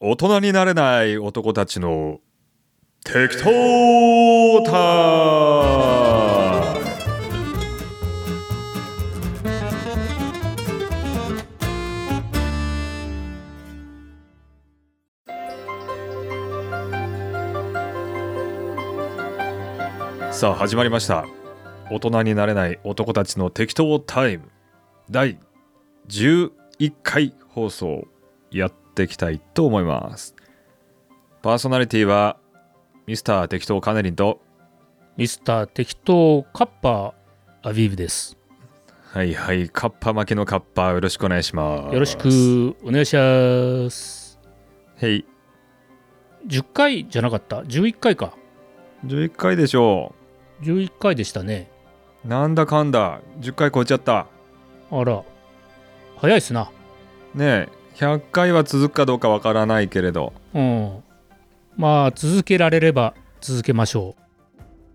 大人になれない男たちの適当タイムさあ始まりました大人になれない男たちの適当タイム第11回放送やっていきたいと思いますパーソナリティはミスター適当カネリンとミスター適当カッパーアビーブです。はいはいカッパ巻きのカッパよろしくお願いしますよろしくお願いします。はい10回じゃなかった11回か。 11回でしょ11回でしたね。うなんだかんだ10回超えちゃったあら、早いっすな。ねえ100回は続くかどうかわからないけれどうん。まあ、続けられれば続けましょう。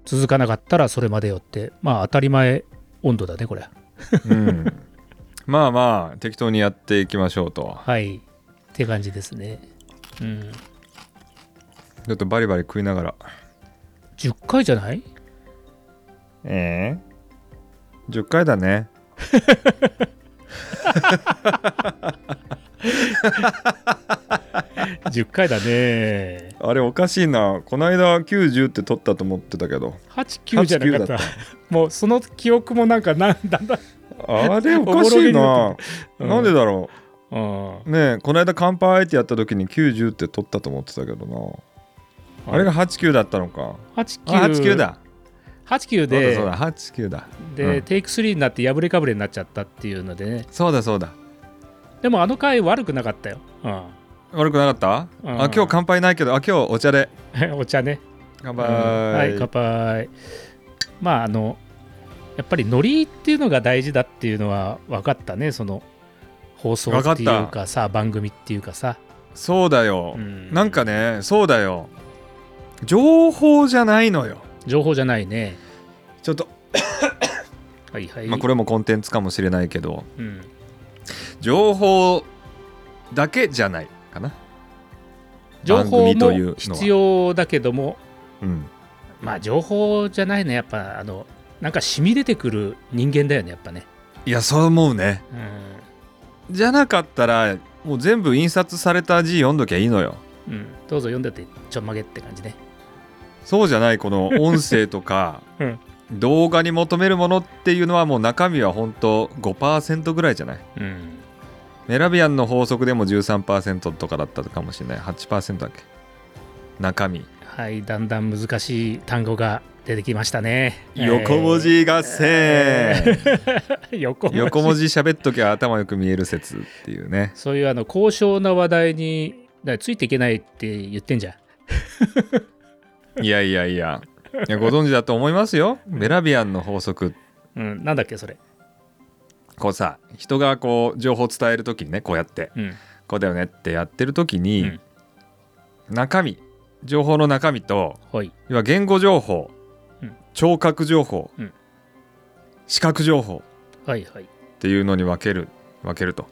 続かなかったらそれまでよって、まあ、当たり前温度だね、これ。 うんまあまあ適当にやっていきましょうとはい。って感じですね。うん。ちょっとバリバリ食いながら10回じゃないええ10回だね10回だね。あれおかしいなこないだ90って取ったと思ってたけど8、9じゃなかった。 もうその記憶もなんかなんだんだ。あれおかしいな、うんなんでだろうん。うねえこの間乾杯ってやった時に90って取ったと思ってたけどなあれが89だったのか89あ89だ89そうだでそうだ89だで、うんテイク3になって破れかぶれになっちゃったっていうのでねそうだそうだでもあの回悪くなかったよ、う悪くなかった、うんあ今日乾杯ないけどあ今日お茶でん、 お茶ね乾杯、はい乾杯まああのやっぱりノリっていうのが大事だっていうのは分かったねその放送ってい分うかかさ番組っていうかさ、そうだよ、うんなんかねそうだよ情報じゃないのよ情報じゃないねちょっと、はいはい、まあ、これもコンテンツかもしれないけどうん、情報だけじゃないかな、情報番組ともいうのは必要だけどもうん、まあ情報じゃないねやっぱあのなんか染み出てくる人間だよねやっぱねいやそう思うねうんじゃなかったらもう全部印刷された字読んどきゃいいのようん、どうぞ読んでってちょんまげって感じね。そうじゃないこの音声とか うん動画に求めるものっていうのはもう中身は本当5%ぐらいじゃないうん、メラビアンの法則でも13%とかだったかもしれない8%だっけ中身はい、だんだん難しい単語が出てきましたね。横文字合戦えー 横文 字横文字喋っときゃ頭よく見える説っていうねそういうあの高尚な話題にだからついていけないって言ってんじゃん。いやいやいやいやご存知だと思いますよメラビアンの法則うん、なんだっけそれ。こうさ人がこう情報を伝える時にねこうやってうん、こうだよねってやってる時に、うん中身情報の中身とほい。要は言語情報、うん聴覚情報、うん視覚情報はいはい。っていうのに分ける分けると。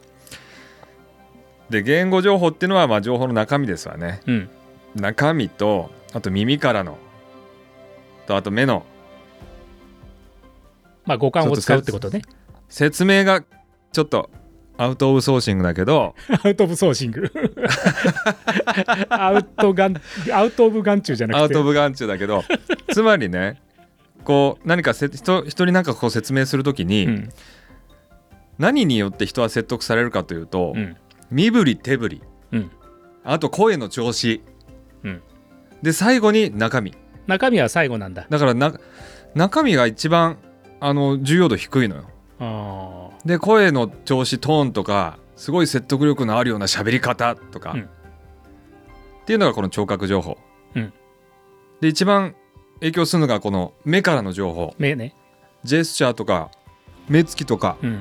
で言語情報っていうのはまあ情報の中身ですわねうん、中身とあと耳からのとあと目のまあ五感を使うってことね。説明がちょっとアウト・オブ・ソーシングだけどアウト・オブ・ソーシング。 アウト・ガン、アウト・オブ・ガンチューじゃアなウくト・オて。ブ・眼中だけ どつまりねこう何かせ人人に何かこう説明するときに、うん、何によって人は説得されるかというと、うん、身振り手振りうん。あと声の調子、うんで最後に中身中身は最後なんだ。だからな中身が一番あの重要度低いのよああ。で声の調子トーンとかすごい説得力のあるような喋り方とか、うんっていうのがこの聴覚情報、うんで一番影響するのがこの目からの情報目ね。ジェスチャーとか目つきとかうん。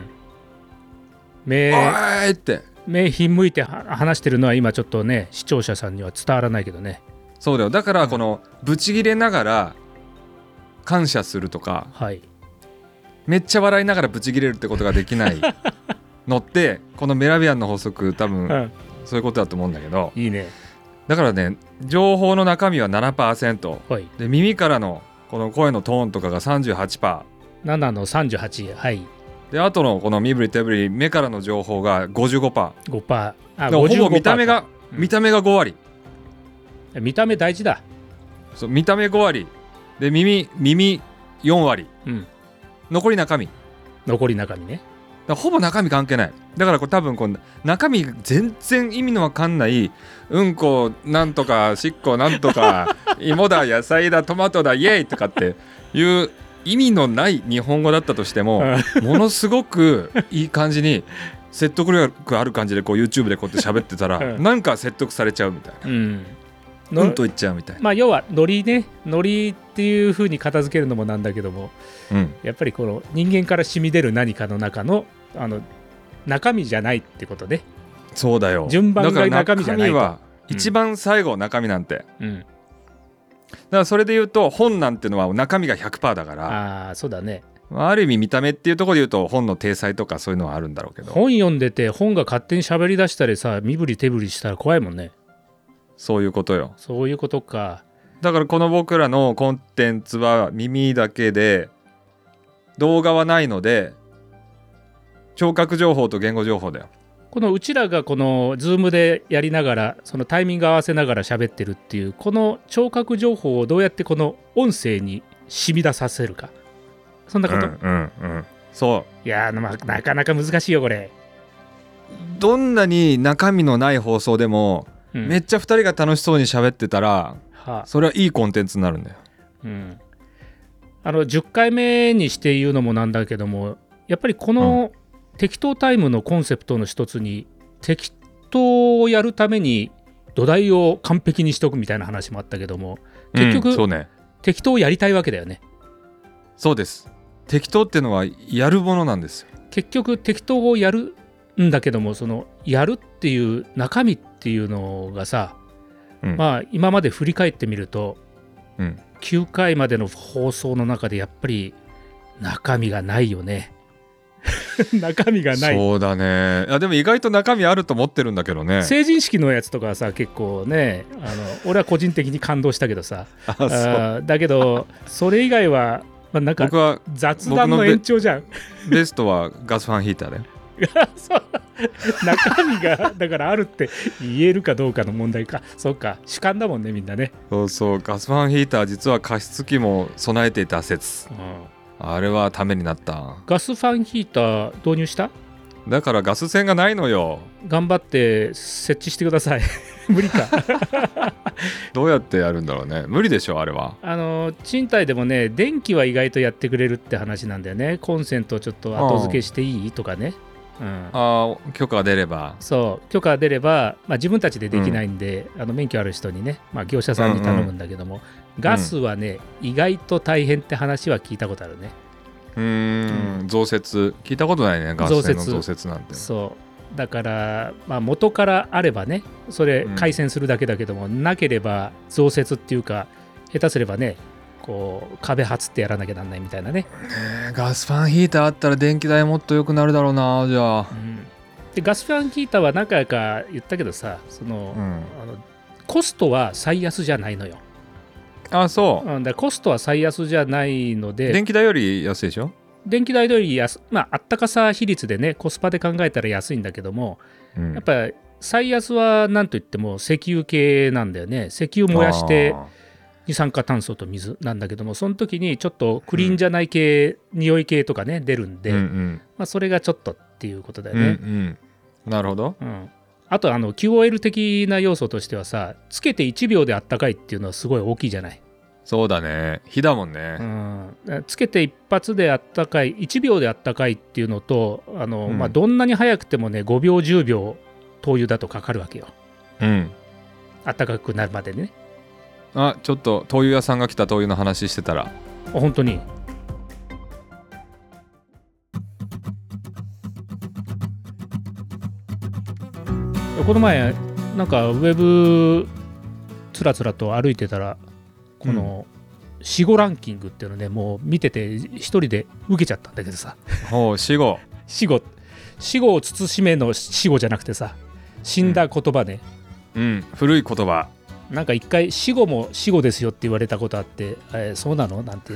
「目。あーい!」って目ひんむいては話してるのは今ちょっとね視聴者さんには伝わらないけどねそうだよだからこのブチギレながら感謝するとかはいめっちゃ笑いながらブチギレるってことができ ないのってこのメラビアンの法則多分うんそういうことだと思うんだけどいいねだからね情報の中身は7%はい。で耳からのこの声のトーンとかが38% 7の38、はい。であとのこの身振り手振り目からの情報が55% 5%。だあ、からほぼ55%見た目が、うん見た目が5割か。見た目大事だ。そう見た目5割で耳耳4割うん。残り中身だか残り中身ね。らほぼ中身関係ないだからこれ多分この中身全然意味のわかんないうんこなんとかしっこなんと か芋だ野菜だトマトだイエイとかっていう意味のない日本語だったとしても、ものすごくいい感じに説得力ある感じでこう YouTube でこうやって喋ってたら、うんなんか説得されちゃうみたいな。うん。うのんと言っちゃうみたいな。まあ、要は、ノリね。ノリっていう風に片付けるのもなんだけども、うん、やっぱりこの人間から染み出る何かの中の、あの、中身じゃないってことね。そうだよ。順番がだから中身じゃないと中身はうん一番最後中身なんて、だかうん。らそれで言うと本なんてのは中身が100%だからああ、そうだね。ある意味見た目っていうところで言うと本の体裁とかそういうのはあるんだろうけど本読んでて、本が勝手に喋り出したりさ、身振り手振りしたら怖いもんね。そういうことよそういうことか。だからこの僕らのコンテンツは耳だけで動画はないので聴覚情報と言語情報だよこのうちらがこの Zoom でやりながらそのタイミング合わせながら喋ってるっていうこの聴覚情報をどうやってこの音声に染み出させるかそんなこと、いうんうんうんそやー、まあ、なかなか難しいよこれ、うどんなに中身のない放送でも、うんめっちゃ2人が楽しそうに喋ってたらはあそれはいいコンテンツになるんだようん、あの10回目にして言うのもなんだけどもやっぱりこの適当タイムのコンセプトの一つに適当をやるために土台を完璧にしとくみたいな話もあったけども結局うんそうね適当をやりたいわけだよねそうです適当ってのはやるものなんですよ結局適当をやるんだけどもそのやるっていう中身っていうのがさ、うんまあ今まで振り返ってみるとうん9回までの放送の中でやっぱり中身がない よね中身がないそうだねいやでも意外と中身あると思ってるんだけどね成人式のやつとかはさ結構ねあの俺は個人的に感動したけどさ あそうあーだけどそれ以外は、まあ、なんか僕は雑談の延長じゃんベストはガスファンヒーターだよ そう中身がだからあるって言えるかどうかの問題かそうか主観だもんねみんなね、そうそうガスファンヒーター実は加湿器も備えていた説あれはためになったガスファンヒーター導入しただからガス栓がないのよ頑張って設置してください 無理か どうやってやるんだろうね無理でしょあれはあの賃貸でもね電気は意外とやってくれるって話なんだよねコンセントちょっと後付けしていいとかね、うん、ああ許可が出ればそう許可出れば、まあ、自分たちでできないんで、あの免許ある人にね、まあ、業者さんに頼むんだけども、ガスはね意外と大変って話は聞いたことあるねうーん増設聞いたことないねガス栓の増設増設なんてそうだから、まあ、元からあればねそれうん改善するだけだけども、なければ増設っていうか下手すればねこう壁張ってやらなきゃなんないみたいなね、ねガスファンヒーターあったら電気代もっと良くなるだろうなじゃあでガスファンヒーターは何回か言ったけどさその、うんあのコストは最安じゃないのよ、あそううん、だからコストは最安じゃないので電気代より安いでしょ、電気代より安、まあ、あったかさ比率でねコスパで考えたら安いんだけども、うんやっぱ最安は何といっても石油系なんだよね石油燃やしてあ二酸化炭素と水なんだけどもその時にちょっとクリーンじゃない系、匂い系とかね出るんーで、うんまあ、それがちょっとっていうことだうよんうんね、うんなるほどうんあとあの QOL 的な要素としてはさつけて1秒であったかいっていうのはすごい大きいじゃない、そうだね火だもんうね、ん、つけて一発であったかい1秒であったかいっていうのとあの、うんまあ、どんなに早くてもね5秒10秒灯油だとかかるわけようん、あったかくなるまでねあちょっと灯油屋さんが来た灯油の話してたらあ本当にこの前なんかウェブつらつらと歩いてたらこの死後ランキングっていうのねもう見てて一人で受けちゃったんだけどさほう死後死後死後を慎めの死後じゃなくてさ死んだ言葉ね、うん古い言葉なんか一回死後も死後ですよって言われたことあって、えーそうなのなんて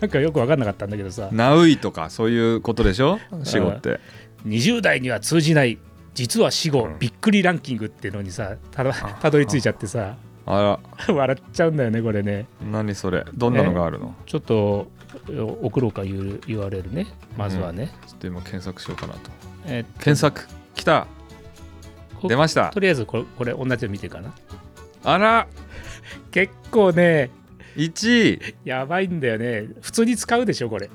なんかよく分かんなかったんだけどさナウイとかそういうことでしょ死後って20代には通じない実は死後、うんびっくりランキングっていうのにさたどあたどり着いちゃってさあ笑っちゃうんだよねこれねら何それどんなのがあるのちょっとお送ろうか U- URL ねまずはね、ちょっと今検索しようかなとえー検索きたこ出ましたとりあえずこれこれ同じの見てかなあら結構ね1位やばいんだよね普通に使うでしょこれ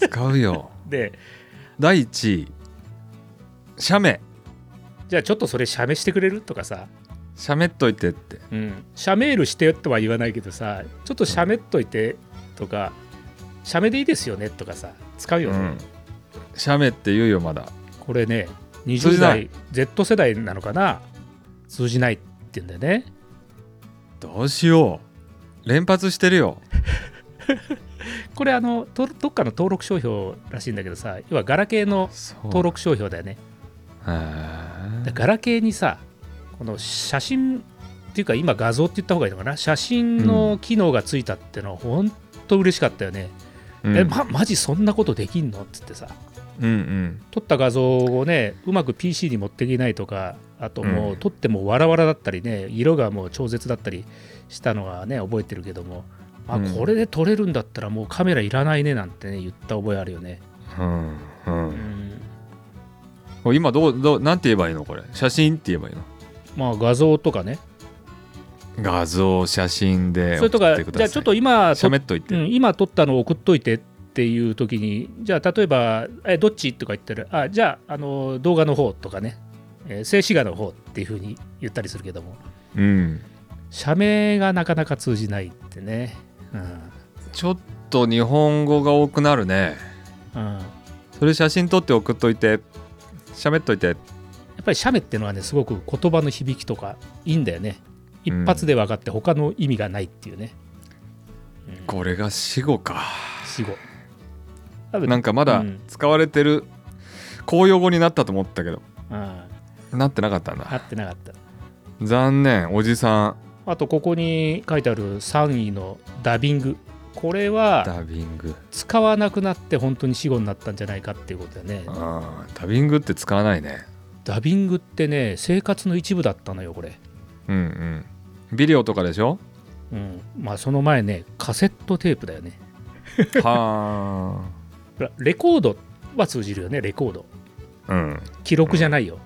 使うよで第1位写メじゃあちょっとそれ写メしてくれるとかさ写メっといてってうん、写メールしてとは言わないけどさちょっと写メっといてとか、写メでいいですよねとかさ使うようね、ん写メって言うよまだこれね通20じない代 Z 世代なのかな通じないって言うんだよねどうしよう連発してるよこれあのとどっかの登録商標らしいんだけどさ要はガラケーの登録録商標だよねへだーガラケーにさこの写真っていうか今画像って言った方がいいのかな写真の機能がついたってのはほんと嬉しかったよね、うんえまマジそんなことできんのっつってさうんうん撮った画像をねうまく PC に持っていけないとかあともうんう撮ってもわらわらだったりね色がもう超絶だったりしたのはね覚えてるけどもあうんこれで撮れるんだったらもうカメラいらないねなんてね言った覚えあるよね、うんううんん、これ今どうどうなんて言えばいいのこれ写真って言えばいいのまあ画像とかね画像写真でそ送れってくださいとかじゃあちょっと写今撮っメっといて、うん、今撮ったのを送っといてっていう時にじゃあ例えば「えどっち?」とか言ったら「あじゃああの動画の方」とかね「えー静止画の方」っていうふうに言ったりするけどもうん社名がなかなか通じないってね、うんちょっと日本語が多くなるねうん、やそれ写真撮って送っといて写メっといてっぱり写メっていうのはねすごく言葉の響きとかいいんだよね一うん発で分かって他の意味がないっていうね、うんこれが死後か死後多分なんかまだうん使われてる公用語になったと思ったけどうん、なってなかったん合だってなかった残念おじさんあとここに書いてある3位のダビングこれはダビング使わなくなって本当に死後になったんじゃないかっていうことだよねあーダビングって使わないねダビングってね生活の一部だったのよこれ、うんうんビデオとかでし ょうん、まあその前ねカセットテープだよねはほらレコードは通じるよねレコードあうん記録じゃないよ、う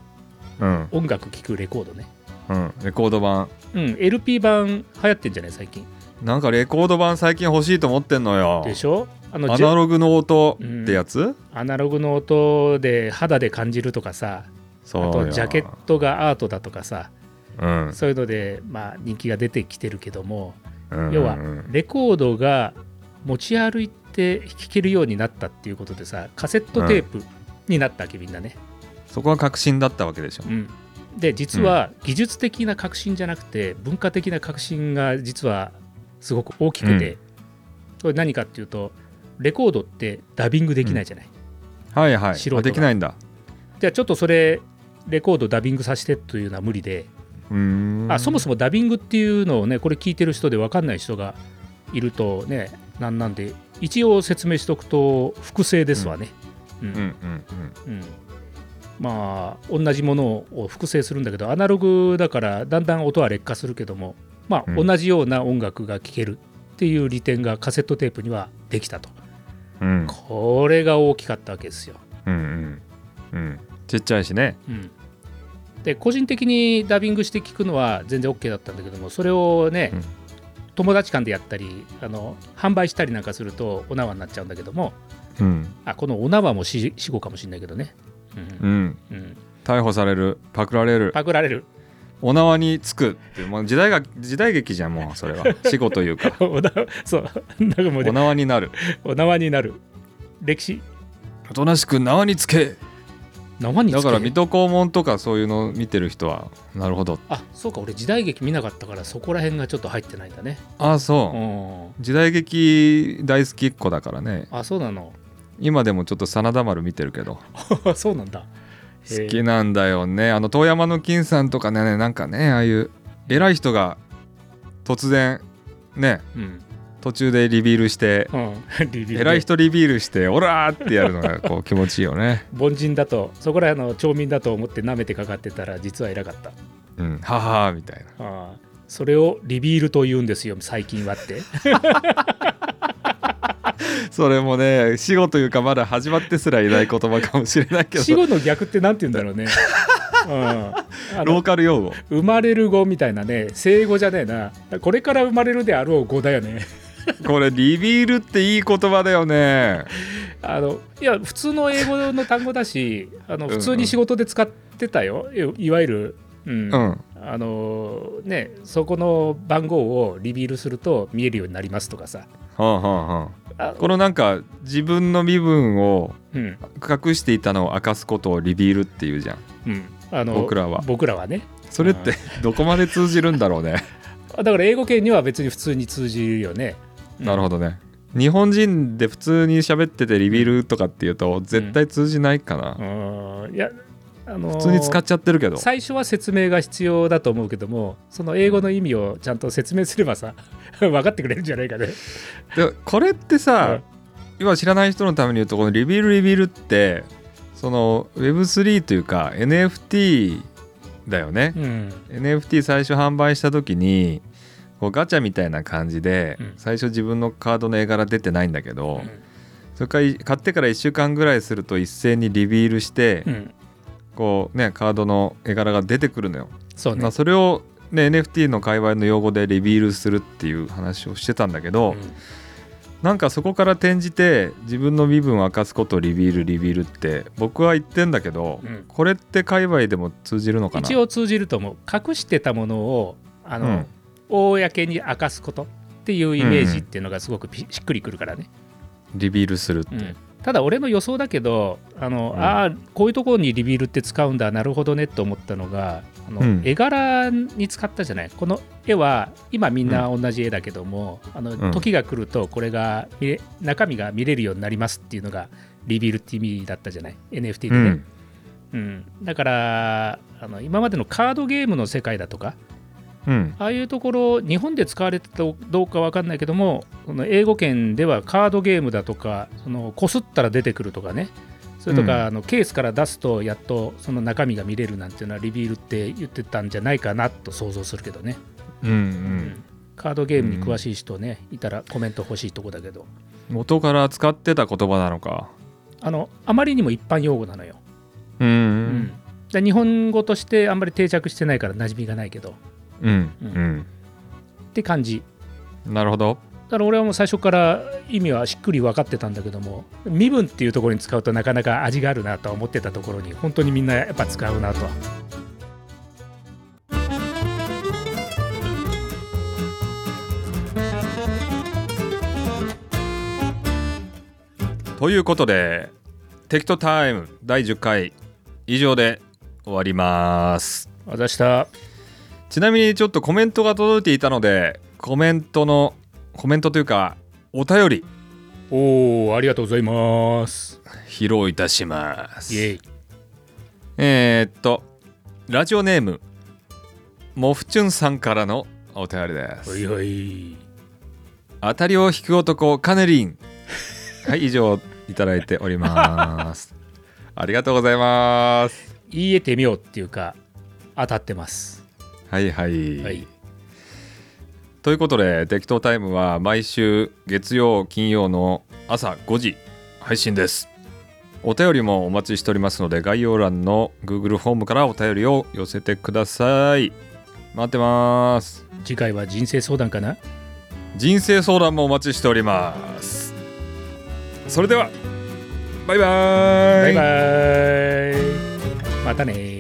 ん音楽聴くレコードねうんレコード版うん LP 版流行ってんじゃない最近なんかレコード版最近欲しいと思ってんのよでしょあのアジェナログの音ってやつ、アナログの音で肌で感じるとかさそうよあとジャケットがアートだとかさうんそういうのでまあ人気が出てきてるけどもうん要うはんレコードが持ち歩いて聴けるようになったっていうことでさカセットテープになったわけみんなね、そこが革新だったわけでしょうん、で実は技術的な革新じゃなくて文化的な革新が実はすごく大きくて、うこれ何かっていうとレコードってダビングできないじゃない、はいはい素人があできないんだじゃあちょっとそれレコードダビングさせてというのは無理で、うーんあそもそもダビングっていうのをねこれ聞いてる人で分かんない人がいるとねなんなんで一応説明しておくと複製ですわね、うんうんうんうんうん、まあ同じものを複製するんだけどアナログだからだんだん音は劣化するけども、まあ、うん同じような音楽が聴けるっていう利点がカセットテープにはできたとうんこれが大きかったわけですよ。うんうんうんちっちゃいしねうん、で個人的にダビングして聴くのは全然 OK だったんだけどもそれをね、うん友達間でやったりあの販売したりなんかするとお縄になっちゃうんだけどもうんあこのお縄も死死後かもしれないけどね、うんうんうん、逮捕されるパクられるパクられるお縄につくってもう時代が時代劇じゃんもうそれは死後というかお縄そうなんかもうねお縄になるお縄になる歴史おとなしく縄につけ縄につだけから水戸黄門とかそういうの見てる人はなるほどあそうか俺時代劇見なかったからそこら辺がちょっと入ってないんだねあうそう、ん時代劇大好きっ子だからねあそう なの今でもちょっと真田丸見てるけどそうなんだ好きなんだよねあの遠山の金さんとかねなんかねああいう偉い人が突然ねうん途中でリビールしてうん、 リビルで偉い人リビールして「オラ!」ってやるのがこう気持ちいいよ ね。凡人だとそこらの町民だと思って舐めてかかってたら実は偉かったうん、ははみたいな。ああそれをリビールと言うんですよ最近はってそれもね死後というかまだ始まってすらいない言葉かもしれ ないけ死ど後の逆ってなんて言うんだ ろうね、うん、あロのーカル用語生まれる語みたいなね生語じゃねえなこれから生まれるであろう語だよねこれリビールっていい言葉だよねあのいや普通の英語の単語だしあのうんうん普通に仕事で使ってたよいいわゆる、うんうんあのねそこの番号をリビールすると見えるようになりますとかさはあはあはああこのなんか自分の身分をうん隠していたのを明かすことをリビールっていうじゃんうんあの僕らは僕らはねそれって どこまで通じるんだろうねだから英語圏には別に普通に通じるよね。なるほほどね日本人で普通に喋っててリビールとかっていうと絶対通じないかな、いや、あのー普通に使っちゃってるけど最初は説明が必要だと思うけども、その英語の意味をちゃんと説明すればさ、 分かってくれるんじゃないかね。でこれってさ、今知らない人のために言うとこのリビールリビールってその Web3 というか NFT だよね、うん、 NFT 最初販売した時にこうガチャみたいな感じで、うん最初自分のカードの絵柄出てないんだけど、うんそれからい買ってから1週間ぐらいすると一斉にリビールして、うん、こうねカードの絵柄が出てくるのよ、そうまねあ。それを、ね、NFT の界隈の用語でリビールするっていう話をしてたんだけど、なんかそこから転じて自分の身分を明かすことをリビールリビールって僕は言ってんだけど、うんこれって界隈でも通じるのうんかな一応通じると思う。隠してたものをあの、うん公に明かすことっていうイメージっていうのがすごくぴしっくりくるからね。リビールするって、ただ俺の予想だけどあの、うんああこういうところにリビールって使うんだなるほどねと思ったのがあの、うん絵柄に使ったじゃないこの絵は今みんな同じ絵だけども、あうのん時が来るとこれが見れ中身が見れるようになりますっていうのがリビールって意味だったじゃない NFT でうね、んうんだからあの今までのカードゲームの世界だとかうんああいうところ日本で使われてたどうかわかんないけどもその英語圏ではカードゲームだとかそのこすったら出てくるとかねそれとか、うんあのケースから出すとやっとその中身が見れるなんていうのはリビールって言ってたんじゃないかなと想像するけどね、うんうんカードゲームに詳しい人ね、いたらコメント欲しいとこだけど元から使ってた言葉なのかあのあまりにも一般用語なのよ、うんうんで日本語としてあんまり定着してないから馴染みがないけどうんうん、ううんんって感じなるほどだから俺はもう最初から意味はしっくり分かってたんだけども身分っていうところに使うとなかなか味があるなとは思ってたところに本当にみんなやっぱ使うなとということで「テキトタイム」第10回以上で終わります私したちなみにちょっとコメントが届いていたのでコメントのコメントというかお便りおおありがとうございます披露いたしますイエイえーっとラジオネームモフチュンさんからのお便りではいすはい当たりを引く男カネリンはい以上いただいております ありがとうございます言えてみようっていうか当たってますはいはい、はいということで適当タイムは毎週月曜金曜の朝5時配信ですお便りもお待ちしておりますので概要欄の Google フォームからお便りを寄せてください待ってます次回は人生相談かな人生相談もお待ちしておりますそれではバイバーバイバイまたねー